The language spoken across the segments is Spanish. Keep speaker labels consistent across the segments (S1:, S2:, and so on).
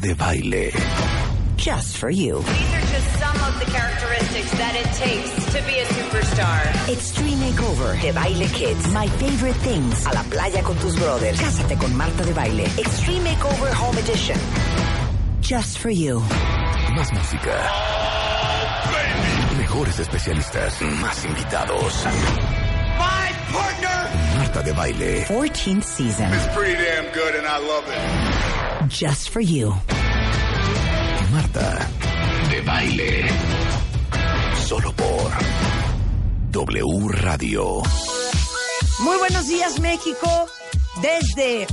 S1: de baile.
S2: Just for you.
S3: These are just some of the characteristics that it takes to be a superstar.
S2: Extreme Makeover. De Baile Kids. My Favorite Things. A la playa con tus brothers. Cásate con Marta de Baile. Extreme Makeover Home Edition. Just for you.
S1: Más música. Mejores especialistas. Más invitados.
S4: My partner
S1: Marta de baile.
S2: 14th season.
S4: is pretty damn good and I love it.
S2: Just for you.
S1: Marta de baile. Solo por W Radio.
S5: Muy buenos días México, desde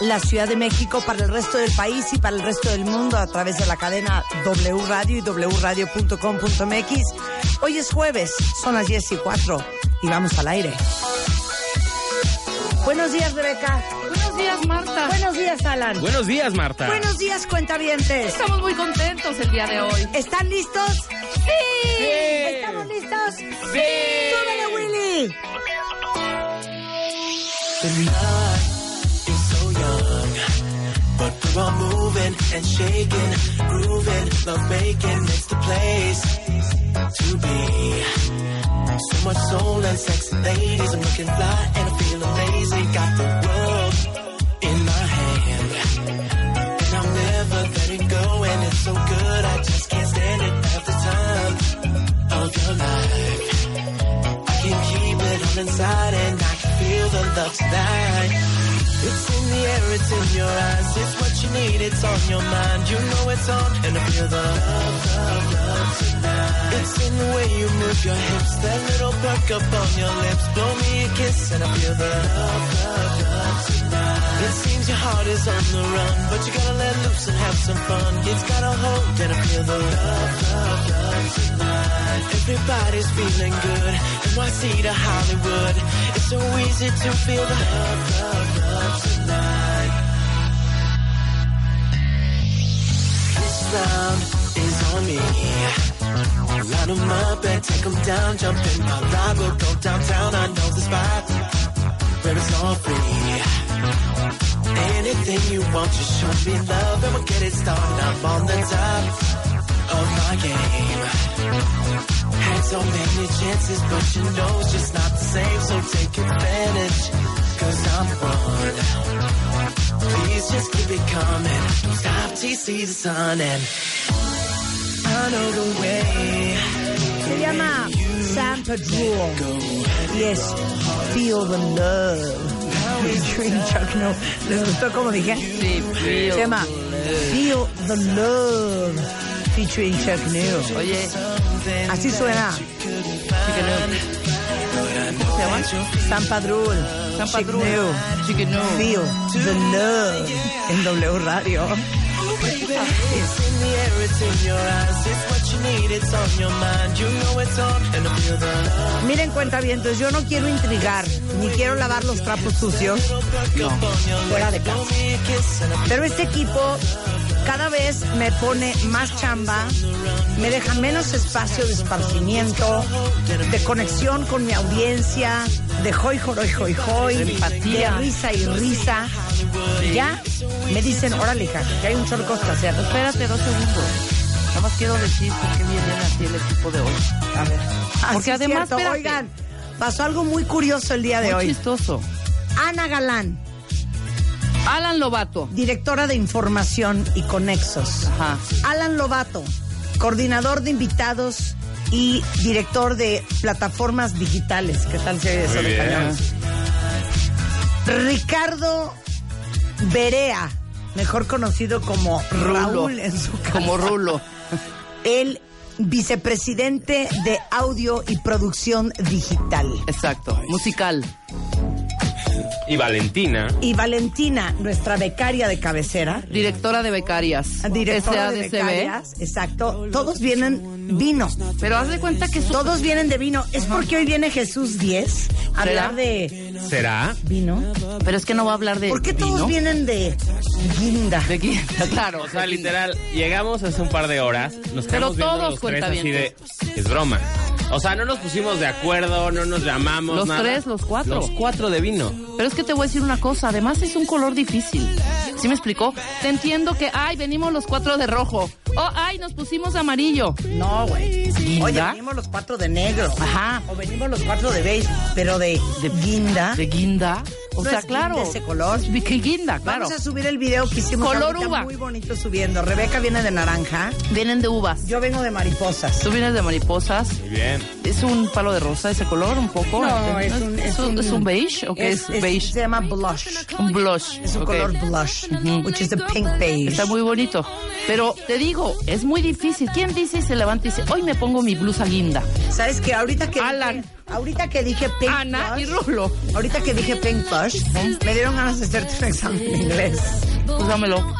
S5: la Ciudad de México para el resto del país y para el resto del mundo a través de la cadena W Radio y wradio.com.mx. Hoy es jueves, son las 10 y 4 y vamos al aire. Buenos días Rebeca,
S6: Buenos días, Marta.
S5: buenos días Alan,
S7: Buenos días, Marta.
S5: buenos días cuentavientes.
S6: Estamos muy contentos el día de hoy.
S5: ¿Están listos?
S6: ¡Sí!
S5: ¿Estamos listos? ¡Sí! ¡Súbele Willy!
S8: But we're all moving and shaking, grooving, love making. It's the place to be. So much soul and sexy ladies. I'm looking fly and I'm feeling lazy. Got the world in my hand. And I'm never letting go. And it's so good, I just can't stand it. Half the time of your life. I can keep it all inside and I can feel the love tonight. It's in the air, it's in your eyes, it's what you need, it's on your mind, you know it's on, and I feel the love, love, love tonight. It's in the way you move your hips, that little perk up on your lips, blow me a kiss, and I feel the love, love, love tonight. It seems your heart is on the run, but you gotta let loose and have some fun. It's got a hold, and I feel the love, love, love tonight. Everybody's feeling good, NYC to Hollywood, it's so easy to feel the love, love, love tonight. This round is on me. Line 'em up and take 'em down. Jump in my ride, we'll go downtown. I know the spot where it's all free. Anything you want, just show me love and we'll get it started. I'm on the top of my game. Had so many chances, but you know it's just not the same. So take advantage, cause I'm one. Please just keep it coming. Don't stop till you see the sun and I know the way.
S5: Se llama Santa Jewel. Y es Feel the Love. Featuring Chuck No. ¿Les gustó cómo dije?
S6: Sí,
S5: Se llama Feel the Love. Featuring Chuck New.
S6: Oye,
S5: Así suena.
S6: ¿se llama?
S5: San Padrul. San
S6: Padrul. Chicken Noodle.
S5: Feel the Love. En W Radio.
S8: It's in the air, it's in your eyes. It's what you need, it's on your mind. You know it's on, and I feel the love.
S5: Miren, cuentavientos, yo no quiero intrigar, ni quiero lavar los trapos sucios. Fuera de casa.
S8: Me a kiss, and I
S5: Pero este equipo cada vez me pone más chamba, me deja menos espacio de esparcimiento, de conexión con mi audiencia, de joy, joroy, joy, joy, de risa y risa. Ya me dicen, órale, hija, que hay un chorro de cosas que hacer.
S6: Espérate dos segundos. Nada más quiero decir por qué vienen así el equipo de hoy.
S5: A ver.
S6: Porque
S5: Porque
S6: además,
S5: además,
S6: espérate.
S5: oigan, pasó algo muy curioso el día de
S6: Muy
S5: hoy.
S6: chistoso.
S5: Ana Galán,
S6: Alan Lobato.
S5: directora de información y conexos.
S6: Ajá.
S5: Alan Lobato, coordinador de invitados y director de plataformas digitales. ¿Qué tal se oye eso de cañón? Ricardo Berea, mejor conocido como
S6: Rulo.
S5: Raúl en su casa.
S6: Como Rulo.
S5: El vicepresidente de audio y producción digital.
S6: Exacto. Musical.
S7: Y Valentina.
S5: Y Valentina, nuestra becaria de cabecera.
S6: Directora de becarias.
S5: Ah, Directora de
S6: SADCB.
S5: becarias, exacto. Todos vienen vino.
S6: Pero haz de cuenta que su...
S5: Todos vienen de vino. ¿Es porque hoy viene Jesús 10 a hablar de
S7: ¿Será?
S5: vino?
S6: Pero es que no va a hablar de
S5: ¿Por qué
S6: vino.
S5: todos vienen de guinda?
S6: De aquí. Claro.
S7: O sea, literal, llegamos hace un par de horas, nos
S6: Pero
S7: quedamos viendo
S6: todos
S7: los tres así de...
S6: cuentavientes.
S7: Es broma. O sea, no nos pusimos de acuerdo, no nos llamamos.
S6: Los
S7: nada.
S6: tres, los cuatro.
S7: Los cuatro de vino.
S6: Pero es que te voy a decir una cosa, además es un color difícil. ¿Sí me explicó? Te entiendo que, ay, venimos los cuatro de rojo. O, ay, nos pusimos de amarillo.
S5: No, güey. Oye,
S6: ¿Guinda?
S5: venimos los cuatro de negro.
S6: Ajá.
S5: O venimos los cuatro de beige, pero de, guinda.
S6: De guinda. O
S5: No
S6: sea,
S5: es guinda
S6: claro.
S5: ese color.
S6: Vi- Que guinda, claro.
S5: Vamos a subir el video que hicimos
S6: Color
S5: ahorita,
S6: uva.
S5: muy bonito subiendo. Rebeca viene de naranja,
S6: Vienen de uvas.
S5: yo vengo de mariposas.
S6: Tú vienes de mariposas.
S7: Muy bien.
S6: ¿Es un palo de rosa ese color un poco? ¿Es un, es un beige o qué es,
S5: es-
S6: beige?
S5: Se llama blush.
S6: Un blush.
S5: Es un
S6: ok.
S5: color blush, which is the pink beige.
S6: Está muy bonito. Pero te digo, es muy difícil. ¿Quién dice y se levanta y dice, hoy me pongo mi blusa guinda?
S5: ¿Sabes qué? Ahorita que
S6: Alan.
S5: dije, ahorita que dije pink
S6: Ana
S5: blush,
S6: y Rulo.
S5: ahorita que dije pink blush, me dieron ganas de hacerte un examen de inglés.
S6: Pues dámelo.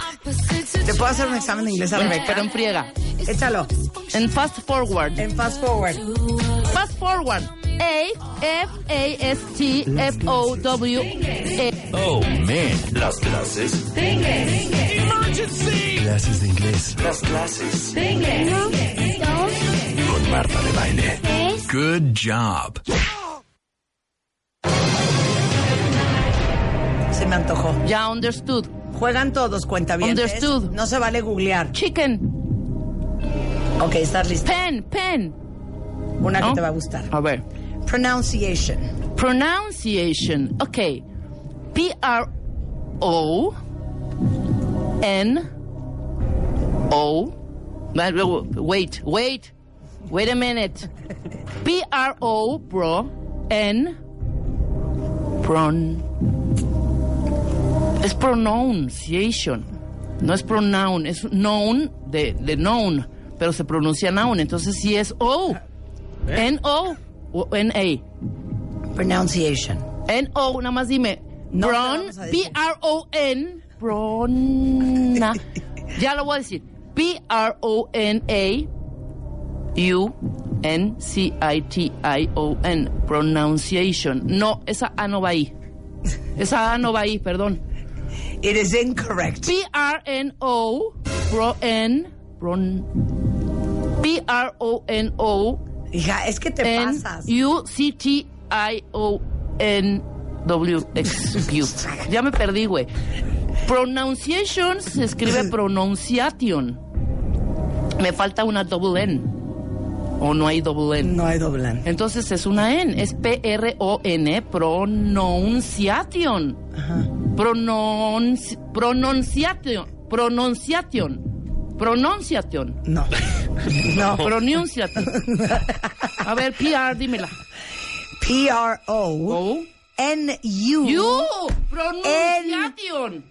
S5: ¿Te puedo hacer un examen de inglés a
S6: Pero
S5: Rebeca?
S6: en friega.
S5: Échalo.
S6: En fast forward.
S5: En fast forward.
S6: Fast forward. A, F, A, S, T, F, O, W, E.
S1: Oh, man. Las clases. De inglés. Emergency. Clases de inglés. Las clases. De inglés. Con Marta de Baile. Good job.
S5: Se me antojó.
S6: Ya understood.
S5: Juegan todos, cuentavientes.
S6: Understood.
S5: No se vale googlear.
S6: Chicken,
S5: Ok, estás lista.
S6: pen, pen.
S5: Una que
S6: ¿No?
S5: te va a gustar.
S6: A ver.
S5: Pronunciation.
S6: Pronunciation. Ok. P, R, O, N, O. But, uh, Wait, wait. Wait a minute. P, R, O, bro, N, pron. Es pronunciation. No es pronoun, es noun de, de noun. Pero se pronuncia noun, entonces sí es O. N, O, o N, A.
S5: Pronunciation.
S6: N-O, nada más dime.
S5: No,
S6: Bron,
S5: te lo vamos a decir.
S6: B-R-O-N, Brona. ya lo voy a decir. B-R-O-N-A, U-N-C-I-T-I-O-N, pronunciation. No, esa A no va ahí. Esa A no va ahí, perdón.
S5: It is incorrect.
S6: P-R-N-O, Bron, Bron, B-R-O-N-O,
S5: Hija, es que te
S6: N
S5: pasas.
S6: U C T I O N W X U. Ya me perdí, güey. Pronunciation se escribe pronunciation. Me falta una double N. O no hay double N.
S5: No hay doblan.
S6: Entonces es una N, es P-R-O-N, pronunciation. Pronunci- pronunciation. Pronunciation. Pronunciation.
S5: No. No.
S6: Pronunciation. A ver, PR, dímela.
S5: P-R-O.
S6: O.
S5: N-U.
S6: You, pronunciation.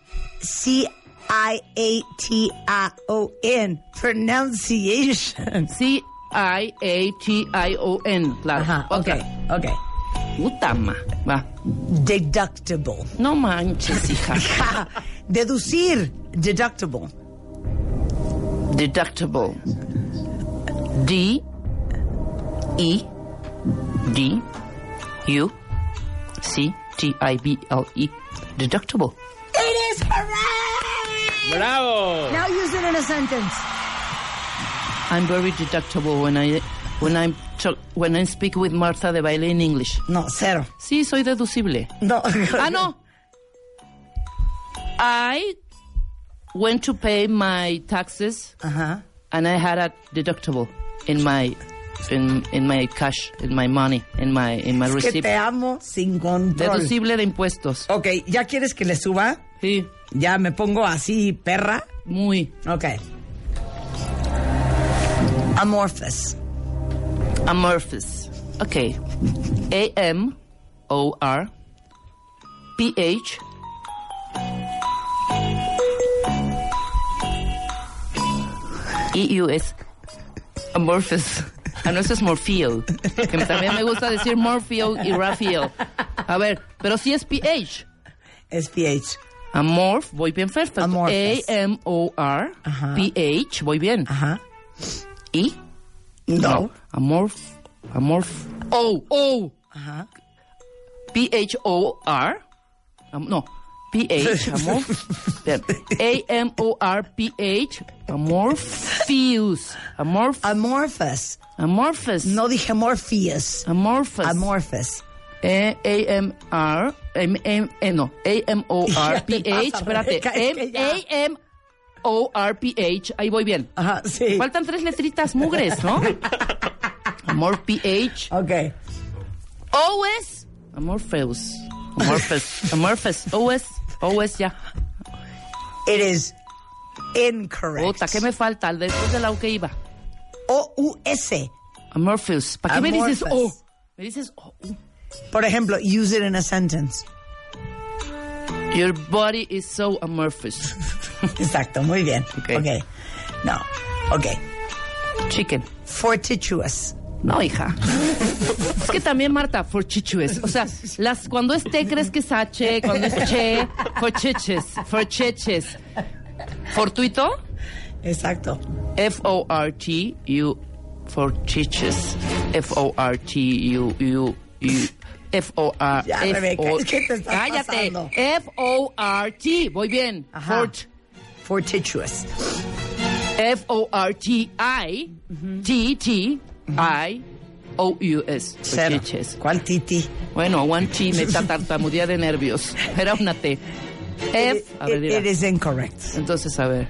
S5: C-I-A-T-I-O-N. Pronunciation.
S6: C-I-A-T-I-O-N, claro.
S5: Ajá, ok,
S6: Otra.
S5: ok.
S6: Puta ma. Va.
S5: Deductible.
S6: No manches, hija.
S5: Ja, Deducir. Deductible.
S6: Deductible. D. E. D. U. C. T. I. B. L. E. Deductible.
S5: It is correct!
S7: ¡Bravo!
S5: Now use it in a sentence.
S6: I'm very deductible when I when I'm talk, when I speak with Martha de baile in English.
S5: No, cero.
S6: Sí, soy deducible.
S5: No.
S6: Ah, no. I went to pay my taxes
S5: Ajá.
S6: and I had a deductible in my in, in my cash, in my money, in my in my
S5: Que
S6: receipt.
S5: te amo sin control.
S6: Deducible de impuestos.
S5: Ok, ¿ya quieres que le suba?
S6: Sí,
S5: Ya me pongo así, perra.
S6: muy
S5: Ok. Amorphous.
S6: amorphous. Okay. A M O R P H E U S amorphous. Ah, no, eso es Morfeo. Que me- también me gusta decir Morfeo y Rafael. A ver, pero sí es PH.
S5: Es PH.
S6: Amorph, voy bien perfecto.
S5: Amorphous.
S6: A-M-O-R,
S5: Ajá.
S6: P-H, voy bien.
S5: Ajá.
S6: Y,
S5: No.
S6: amorph, amorph, O, O,
S5: Ajá.
S6: P-H-O-R, am- no, P-H, amorph, Bien. A-M-O-R-P-H, amorphous, amorph,
S5: Amorphous.
S6: Amorphous.
S5: No dije Morpheus.
S6: Amorphous.
S5: Amorphous.
S6: E- A-M-R. M- M- eh, no.
S5: Ya te
S6: A-M-O-R-P-H.
S5: pasa,
S6: Espérate.
S5: Rebeca, es que ya.
S6: A-M-O-R-P-H. Ahí voy bien.
S5: Ajá, sí.
S6: Faltan tres letritas mugres, ¿no? Amor PH.
S5: Ok.
S6: O es. Amorpheus. Amorphous. Amorphous. O es. O es ya.
S5: It is incorrect.
S6: Puta, ¿qué me falta? Después de la U que iba.
S5: O-U-S.
S6: Amorphous. ¿Para qué me dices O?
S5: Amorphous.
S6: Me dices O. oh,
S5: Por ejemplo, use it in a sentence.
S6: Your body is so amorphous.
S5: Exacto, muy bien.
S6: Ok.
S5: ok. No. Ok.
S6: Chicken.
S5: Fortituous.
S6: No, hija. es que también, Marta, for chichues. O sea, las, cuando es te crees que es H, cuando es che, for chiches, for chiches. Fortuito,
S5: Exacto.
S6: F-O-R-T-U, for chiches. F-O-R-T-U-U-U. F-O-R.
S5: Ya,
S6: F-O-
S5: Rebeca, es que te estás
S6: Cállate.
S5: pasando.
S6: F-O-R-T. Voy bien.
S5: Ajá.
S6: Fort-
S5: Fortituous.
S6: F-O-R-T-I. T-T-I-O-U-S. for
S5: Cero.
S6: chiches.
S5: ¿Cuál titi?
S6: Bueno, one chi, neta tartamudea de nervios. Era una T. F. A ver,
S5: It-
S6: dirá.
S5: it is incorrect.
S6: Entonces, a ver.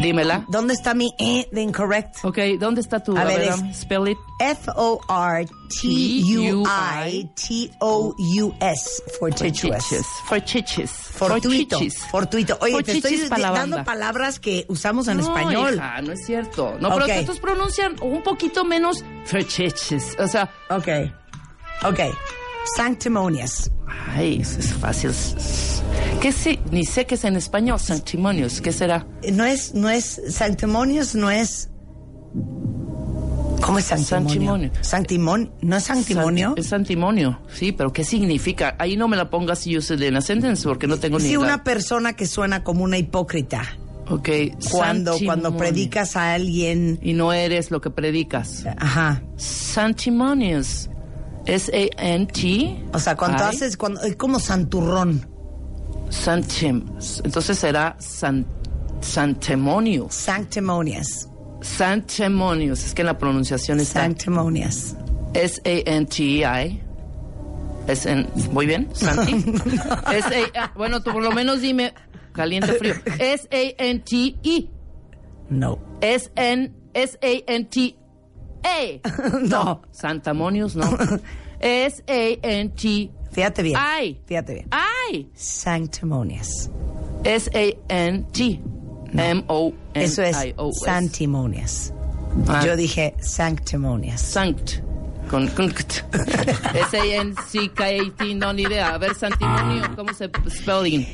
S6: Dímela.
S5: ¿Dónde está mi E de incorrect?
S6: Ok, ¿dónde está tu?
S5: A
S6: A,
S5: ver,
S6: ver,
S5: es-
S6: dame, spell it.
S5: F O R T U I T O U S
S6: Chiches.
S5: fortuitous.
S6: For chiches.
S5: Fortuito,
S6: chichis.
S5: fortuito. Oye,
S6: For
S5: te estoy
S6: chichis pa' la
S5: dando
S6: banda.
S5: palabras que usamos en
S6: No,
S5: español.
S6: hija, no es cierto. No,
S5: Ok.
S6: pero estos pronuncian un poquito menos for chiches. O sea,
S5: Ok. Ok. Sanctimonious.
S6: ay, eso es fácil. ¿Qué sé? Ni sé qué es en español. Santimonios. ¿Qué será?
S5: No es, no es, sanctimonious no es. ¿Cómo es sanctimonio? Sanctimon,
S6: Sanctimonio.
S5: no es sanctimonio.
S6: Santi- Es antimonio, sí, pero ¿qué significa? Ahí no me la pongas y use en a sentence porque no tengo ni
S5: Sí,
S6: idea.
S5: una persona que suena como una hipócrita
S6: Ok,
S5: cuando, cuando
S6: santimonio.
S5: predicas a alguien.
S6: Y no eres lo que predicas.
S5: Ajá.
S6: Santimonious. S-A-N-T.
S5: O sea, cuando
S6: I-
S5: haces, cuando, es como santurrón.
S6: Santim. Entonces será san, santemonio.
S5: Sanctimonious.
S6: Santemonios. Es que en la pronunciación está
S5: Sanctimonious.
S6: S-A-N-T-I. E Es en, ¿Voy bien? ¿Santi? S -A ah, bueno, tú por lo menos dime caliente frío. S-A-N-T-I.
S5: No.
S6: S-N-S-A-N-T-E.
S5: no.
S6: E Santamonios, no. S-A-N-T.
S5: Fíjate bien.
S6: Ay.
S5: Fíjate bien.
S6: ¡Ay!
S5: Sanctimonious.
S6: S-A-N-T. M-O-N-I-O.
S5: Eso es santimonious.
S6: Ah.
S5: Yo dije sanctimonious.
S6: Sanct. Con, con ct. S-A-N-C-K-A-T. No, ni idea. A ver, Santimonio, ¿cómo se spelling?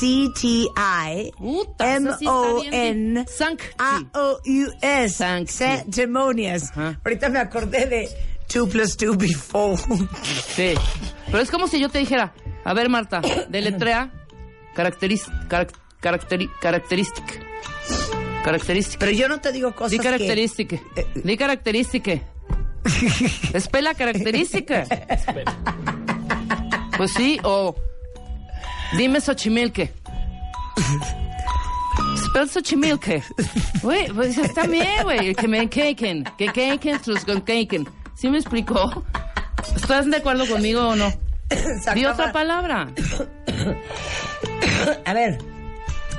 S5: S-A-N-C-T-I.
S6: Puta, esa sí está bien
S5: M-O-N.
S6: di- Sancti.
S5: Ah. A-O-U-S.
S6: Sancti.
S5: Sanctimonious.
S6: Ajá.
S5: Ahorita me acordé de 2 plus 2 before.
S6: Sí. Pero es como si yo te dijera, a ver, Marta, deletrea caracteris, carac- caracteri, característica. Característica.
S5: Pero yo no te digo cosas
S6: Di
S5: que... Eh,
S6: característica. Di característica. Espela característica. Pues sí, o dime Xochimilque. Spell Xochimilque. Güey, pues está bien, güey. Que me caquen. Que caquen sus con caquen. ¿Sí me explicó? ¿Estás de acuerdo conmigo o no? Di otra palabra.
S5: A ver,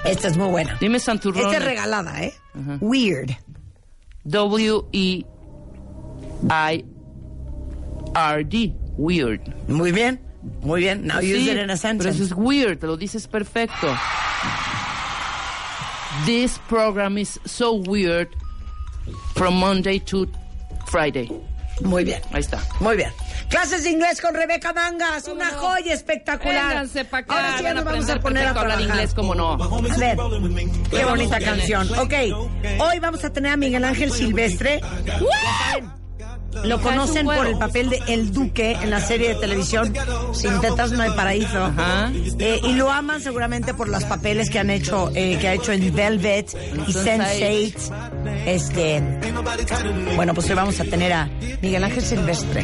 S5: esta es muy buena.
S6: Dime Santurrón.
S5: Esta es regalada, ¿eh? Weird.
S6: W-E-I-R-D. Weird.
S5: Muy bien, muy bien. Now
S6: Sí,
S5: use it in a
S6: pero eso
S5: sentence.
S6: es weird, te lo dices perfecto. This program is so weird from Monday to Friday.
S5: Muy bien,
S6: Ahí está.
S5: muy bien. Clases de inglés con Rebeca Mangas, una joya espectacular.
S6: Vénganse pa' acá,
S5: Ahora sí ya
S6: van a
S5: nos vamos a
S6: aprender
S5: poner a
S6: perfecto
S5: trabajar.
S6: hablar inglés como no.
S5: A ver, qué bonita canción. Ok, hoy vamos a tener a Miguel Ángel Silvestre. Lo conocen por el papel de El Duque en la serie de televisión Sin tetas no hay paraíso. Eh, y lo aman seguramente por los papeles que han hecho, eh, que ha hecho en Velvet y
S6: Sense8.
S5: Sense8 Este, bueno, pues hoy vamos a tener a Miguel Ángel Silvestre.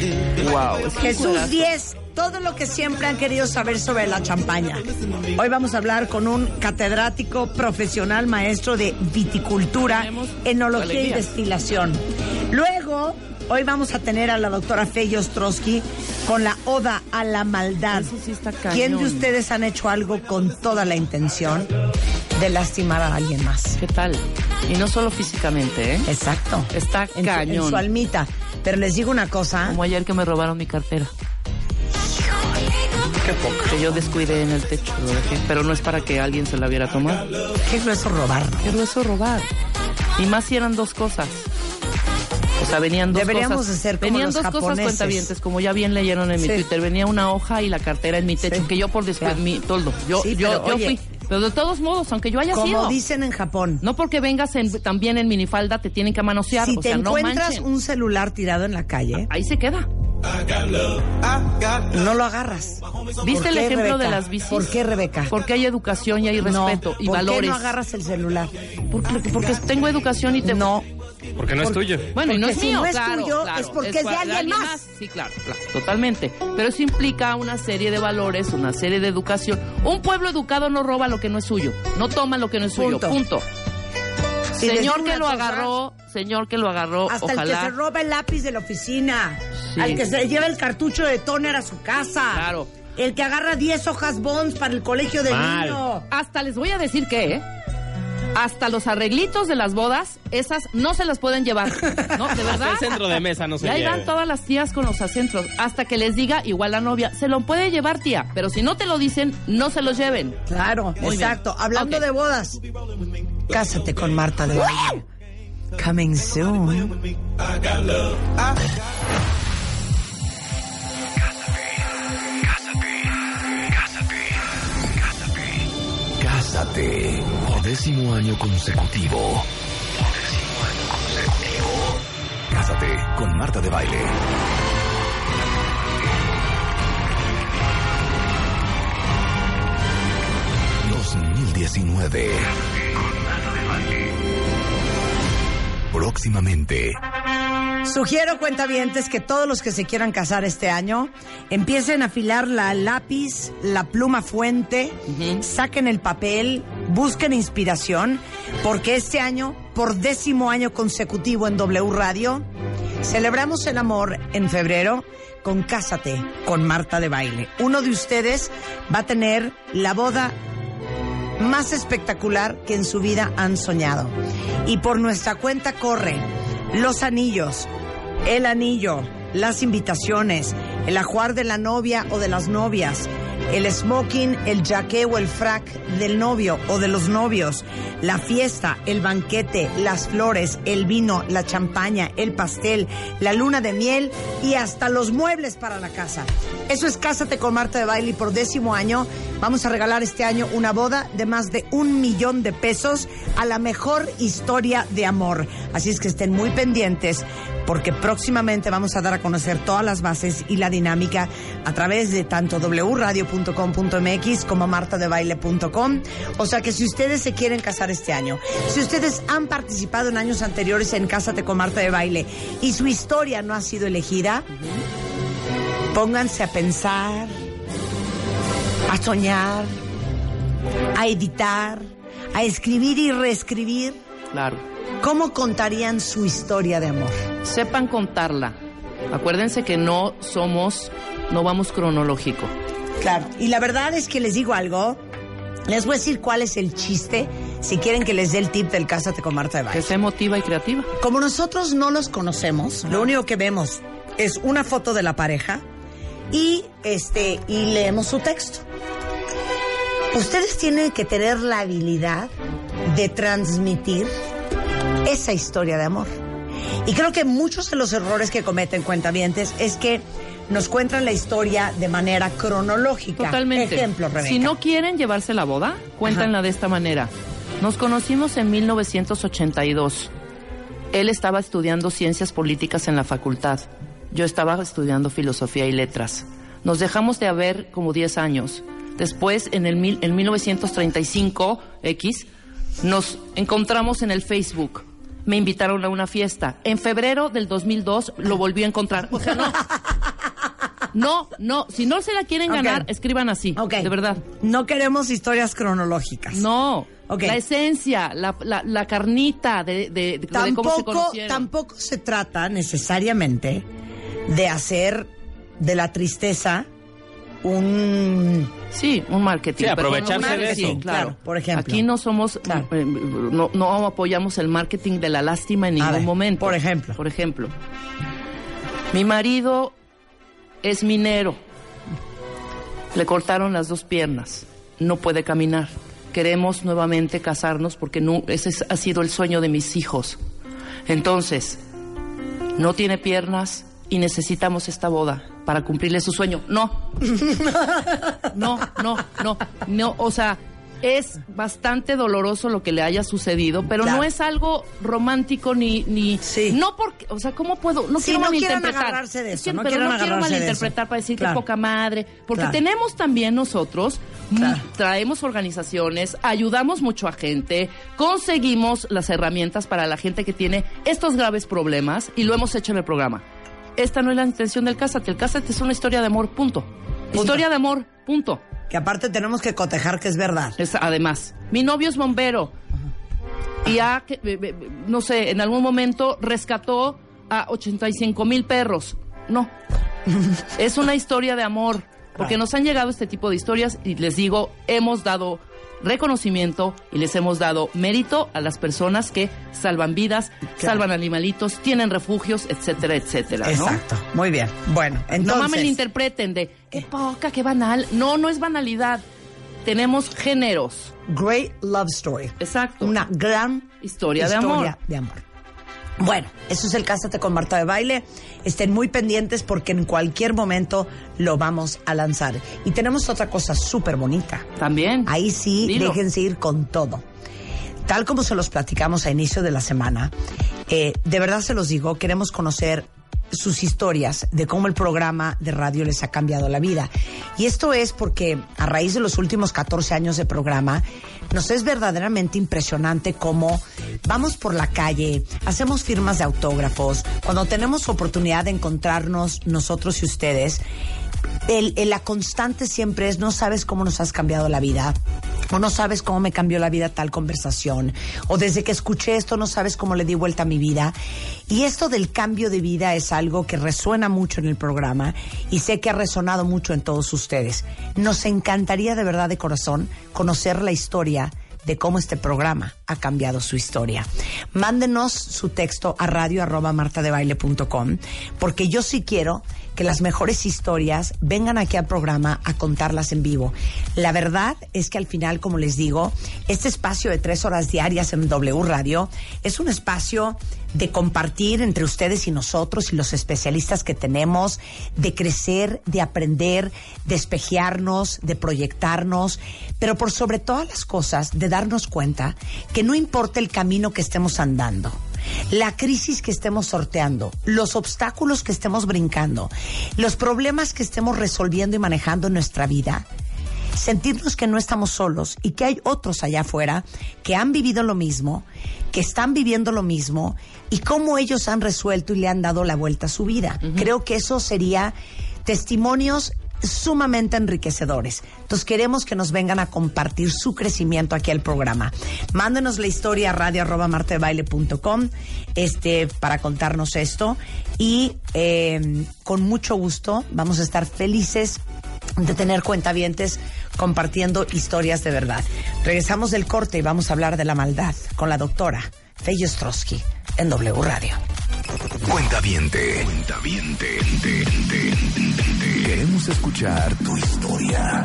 S6: Wow, es que
S5: Jesús 10, todo lo que siempre han querido saber sobre la champaña. Hoy vamos a hablar con un catedrático profesional maestro de viticultura,
S6: Tenemos
S5: enología y
S6: alegrías.
S5: destilación. Luego, hoy vamos a tener a la doctora Fey Ostrowski con la Oda a la Maldad.
S6: Eso sí está cañón.
S5: ¿Quién de ustedes han hecho algo con toda la intención de lastimar a alguien más?
S6: ¿Qué tal? Y no solo físicamente, ¿eh?
S5: Exacto.
S6: Está
S5: En su- En
S6: cañón.
S5: su almita. Pero les digo una cosa.
S6: Como ayer que me robaron mi cartera.
S7: Qué poco.
S6: Que yo descuidé en el techo, lo dejé. Pero no es para que alguien se la viera tomar.
S5: Qué grueso robar.
S6: Pero eso robar. Y más si eran dos cosas. O sea, venían dos
S5: Deberíamos
S6: cosas.
S5: de ser como
S6: venían
S5: los
S6: dos cosas
S5: japoneses.
S6: cuentavientes, como ya bien leyeron en mi
S5: Sí.
S6: Twitter. Venía una hoja y la cartera en mi techo,
S5: Sí.
S6: que yo por después
S5: Claro.
S6: mi toldo. Yo,
S5: Sí,
S6: yo,
S5: pero,
S6: yo
S5: oye.
S6: fui. Pero de todos modos, aunque yo haya
S5: Como
S6: sido.
S5: dicen en Japón.
S6: No porque vengas en- también en minifalda te tienen que manosear.
S5: si
S6: o
S5: te
S6: sea, no
S5: encuentras
S6: manchen.
S5: un celular tirado en la calle,
S6: Ahí se queda.
S5: no lo agarras.
S6: ¿Viste
S5: ¿Por
S6: el
S5: qué,
S6: ejemplo
S5: Rebeca?
S6: de las bicis?
S5: ¿Por qué, Rebeca?
S6: Porque hay educación y hay
S5: No,
S6: respeto y
S5: ¿por qué
S6: valores.
S5: no agarras el celular?
S6: porque, porque tengo educación y te...
S5: No.
S7: Porque no es tuyo.
S6: Bueno, y no
S5: Porque
S6: es
S5: si
S6: mío,
S5: no es
S6: claro,
S5: tuyo,
S6: claro,
S5: es porque es de
S6: cua-
S5: alguien más.
S6: Sí, claro, claro, totalmente. Pero eso implica una serie de valores, una serie de educación. Un pueblo educado no roba lo que no es suyo, no toma lo que no es suyo,
S5: Punto.
S6: punto.
S5: Y les
S6: Señor
S5: digo
S6: que
S5: una
S6: lo
S5: cosa,
S6: agarró, señor que lo agarró,
S5: Hasta el que
S6: ojalá.
S5: se roba el lápiz de la oficina,
S6: Sí.
S5: al que se lleva el cartucho de tóner a su casa,
S6: Claro.
S5: el que agarra 10 hojas bonds para el colegio del
S7: Mal.
S5: niño.
S6: Hasta les voy a decir que, ¿eh? Hasta los arreglitos de las bodas, esas no se las pueden llevar. No, de verdad.
S7: Hasta el centro de mesa no se
S6: Y ahí van
S7: lleve.
S6: todas las tías con los acentros. Hasta que les diga, igual la novia, se lo puede llevar, tía. Pero si no te lo dicen, no se los lleven.
S5: Claro,
S6: Muy
S5: exacto.
S6: bien.
S5: Hablando
S6: Ok.
S5: de bodas, cásate con Marta de Baile. Coming soon.
S1: Cásate por décimo año consecutivo. Por décimo año consecutivo. Cásate con Marta de Baile. ...2019... Próximamente.
S5: Sugiero, cuentavientes, que todos los que se quieran casar este año empiecen a afilar la lápiz, la pluma fuente,
S6: Ujú.
S5: saquen el papel, busquen inspiración, porque este año, por décimo año consecutivo en W Radio, celebramos el amor en febrero con Cásate con Marta de Baile. Uno de ustedes va a tener la boda más espectacular que en su vida han soñado. Y por nuestra cuenta corre los anillos, el anillo, las invitaciones, el ajuar de la novia o de las novias, el smoking, el jaque o el frac del novio o de los novios, la fiesta, el banquete, las flores, el vino, la champaña, el pastel, la luna de miel y hasta los muebles para la casa. Eso es Cásate con Marta de Baile y por décimo año vamos a regalar este año una boda de más de un millón de pesos a la mejor historia de amor. Así es que estén muy pendientes porque próximamente vamos a dar a conocer todas las bases y la dinámica a través de tanto wradio.com.mx como martadebaile.com. O sea que si ustedes se quieren casar este año, si ustedes han participado en años anteriores en Cásate con Marta de Baile y su historia no ha sido elegida, pónganse a pensar, a soñar, a editar, a escribir y reescribir
S6: Claro.
S5: cómo contarían su historia de amor.
S6: Sepan contarla. Acuérdense que no somos, no vamos cronológico.
S5: Claro, y la verdad es que les digo algo, les voy a decir cuál es el chiste si quieren que les dé el tip del Cásate con Marta de
S6: Que
S5: Baile.
S6: sea emotiva y creativa.
S5: Como nosotros no los conocemos, lo único que vemos es una foto de la pareja y este y leemos su texto. Ustedes tienen que tener la habilidad de transmitir esa historia de amor. Y creo que muchos de los errores que cometen cuentavientes es que nos cuentan la historia de manera cronológica.
S6: Totalmente.
S5: Ejemplo, Rebeca.
S6: Si no quieren llevarse la boda, cuéntenla de esta manera. Nos conocimos en 1982. Él estaba estudiando ciencias políticas en la facultad. Yo estaba estudiando filosofía y letras. Nos dejamos de haber como 10 años. Después, en, el mil- en 1935, X, nos encontramos en el Facebook. me invitaron a una fiesta. En febrero del 2002 lo volví a encontrar. O sea, no. No, no, si no se la quieren
S5: Ok.
S6: ganar, escriban así.
S5: Ok.
S6: De verdad.
S5: No queremos historias cronológicas.
S6: No.
S5: Ok.
S6: La esencia, la, la- la carnita de, de- de- de cómo se
S5: Tampoco,
S6: conocieron.
S5: tampoco se trata necesariamente de hacer de la tristeza un...
S6: Sí, un marketing.
S7: Sí, aprovecharse
S6: pero no un
S7: de
S6: marketing,
S7: eso.
S6: Claro.
S5: Claro, por ejemplo.
S6: Aquí no somos,
S5: Claro.
S6: eh, no, no apoyamos el marketing de la lástima en
S5: A
S6: ningún
S5: ver,
S6: momento.
S5: por ejemplo.
S6: Por ejemplo. Mi marido es minero. Le cortaron las dos piernas. No puede caminar. Queremos nuevamente casarnos porque no, ese es- ha sido el sueño de mis hijos. Entonces, no tiene piernas y necesitamos esta boda para cumplirle su sueño. No. No, no, no. No, o sea, es bastante doloroso lo que le haya sucedido, pero
S5: Claro.
S6: no es algo romántico ni ni
S5: Sí.
S6: no porque, o sea, ¿cómo puedo? No
S5: Sí,
S6: quiero
S5: no quieran
S6: malinterpretar.
S5: agarrarse de
S6: Es
S5: eso,
S6: que-
S5: no
S6: pero
S5: quieran
S6: no quiero
S5: agarrarse de
S6: malinterpretar
S5: eso.
S6: para decir
S5: Claro.
S6: que poca madre, porque
S5: Claro.
S6: tenemos también nosotros mm,
S5: Claro.
S6: traemos organizaciones, ayudamos mucho a gente, conseguimos las herramientas para la gente que tiene estos graves problemas y lo hemos hecho en el programa. Esta no es la intención del Cásate, el Cásate es una historia de amor, punto. Historia de amor, punto.
S5: Que aparte tenemos que cotejar que es verdad.
S6: Es- además, mi novio es bombero y ha, que- be- be- be- no sé, en algún momento rescató a 85 mil perros. No, es una historia de amor, porque nos han llegado este tipo de historias y les digo, hemos dado reconocimiento y les hemos dado mérito a las personas que salvan vidas, salvan animalitos, tienen refugios, etcétera, etcétera. ¿no?
S5: Exacto, muy bien. Bueno,
S6: No mames,
S5: entonces... eh,
S6: interpreten de qué poca, qué banal. No, no es banalidad. Tenemos géneros.
S5: Great Love Story.
S6: Exacto.
S5: Una gran
S6: Historia de amor.
S5: de amor. Bueno, eso es el Cásate con Marta de Baile. Estén muy pendientes porque en cualquier momento lo vamos a lanzar. Y tenemos otra cosa súper bonita.
S6: También.
S5: Ahí sí,
S6: Dilo.
S5: déjense ir con todo. Tal como se los platicamos a inicio de la semana, eh, de verdad se los digo, queremos conocer sus historias de cómo el programa de radio les ha cambiado la vida. Y esto es porque a raíz de los últimos 14 años de programa, nos es verdaderamente impresionante cómo vamos por la calle, hacemos firmas de autógrafos, cuando tenemos oportunidad de encontrarnos nosotros y ustedes, el- el- la constante siempre es no sabes cómo nos has cambiado la vida. O no sabes cómo me cambió la vida tal conversación. O desde que escuché esto no sabes cómo le di vuelta a mi vida. Y esto del cambio de vida es algo que resuena mucho en el programa y sé que ha resonado mucho en todos ustedes. Nos encantaría de verdad de corazón conocer la historia de cómo este programa ha cambiado su historia. Mándenos su texto a radio arroba martadebaile.com porque yo sí quiero que las mejores historias vengan aquí al programa a contarlas en vivo. La verdad es que al final, como les digo, este espacio de tres horas diarias en W Radio es un espacio de compartir entre ustedes y nosotros y los especialistas que tenemos, de crecer, de aprender, de espejearnos, de proyectarnos, pero por sobre todas las cosas, de darnos cuenta que no importa el camino que estemos andando, la crisis que estemos sorteando, los obstáculos que estemos brincando, los problemas que estemos resolviendo y manejando en nuestra vida, sentirnos que no estamos solos y que hay otros allá afuera que han vivido lo mismo, que están viviendo lo mismo y cómo ellos han resuelto y le han dado la vuelta a su vida. Creo que eso sería testimonios sumamente enriquecedores. Entonces queremos que nos vengan a compartir su crecimiento aquí al programa. Mándenos la historia a radio arroba martadebaile.com, este, para contarnos esto y eh, con mucho gusto vamos a estar felices de tener cuentavientes compartiendo historias de verdad. Regresamos del corte y vamos a hablar de la maldad con la doctora Fey Ostrowski en W Radio.
S1: Cuenta viente. Cuenta viente. Queremos escuchar tu historia.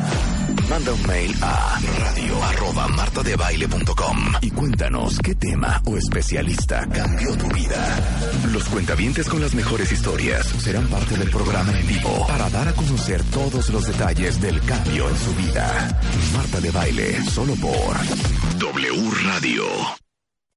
S1: Manda un mail a radio arroba martadebaile.com y cuéntanos qué tema o especialista cambió tu vida. Los cuentavientes con las mejores historias serán parte del programa en vivo para dar a conocer todos los detalles del cambio en su vida. Marta de Baile, solo por W Radio.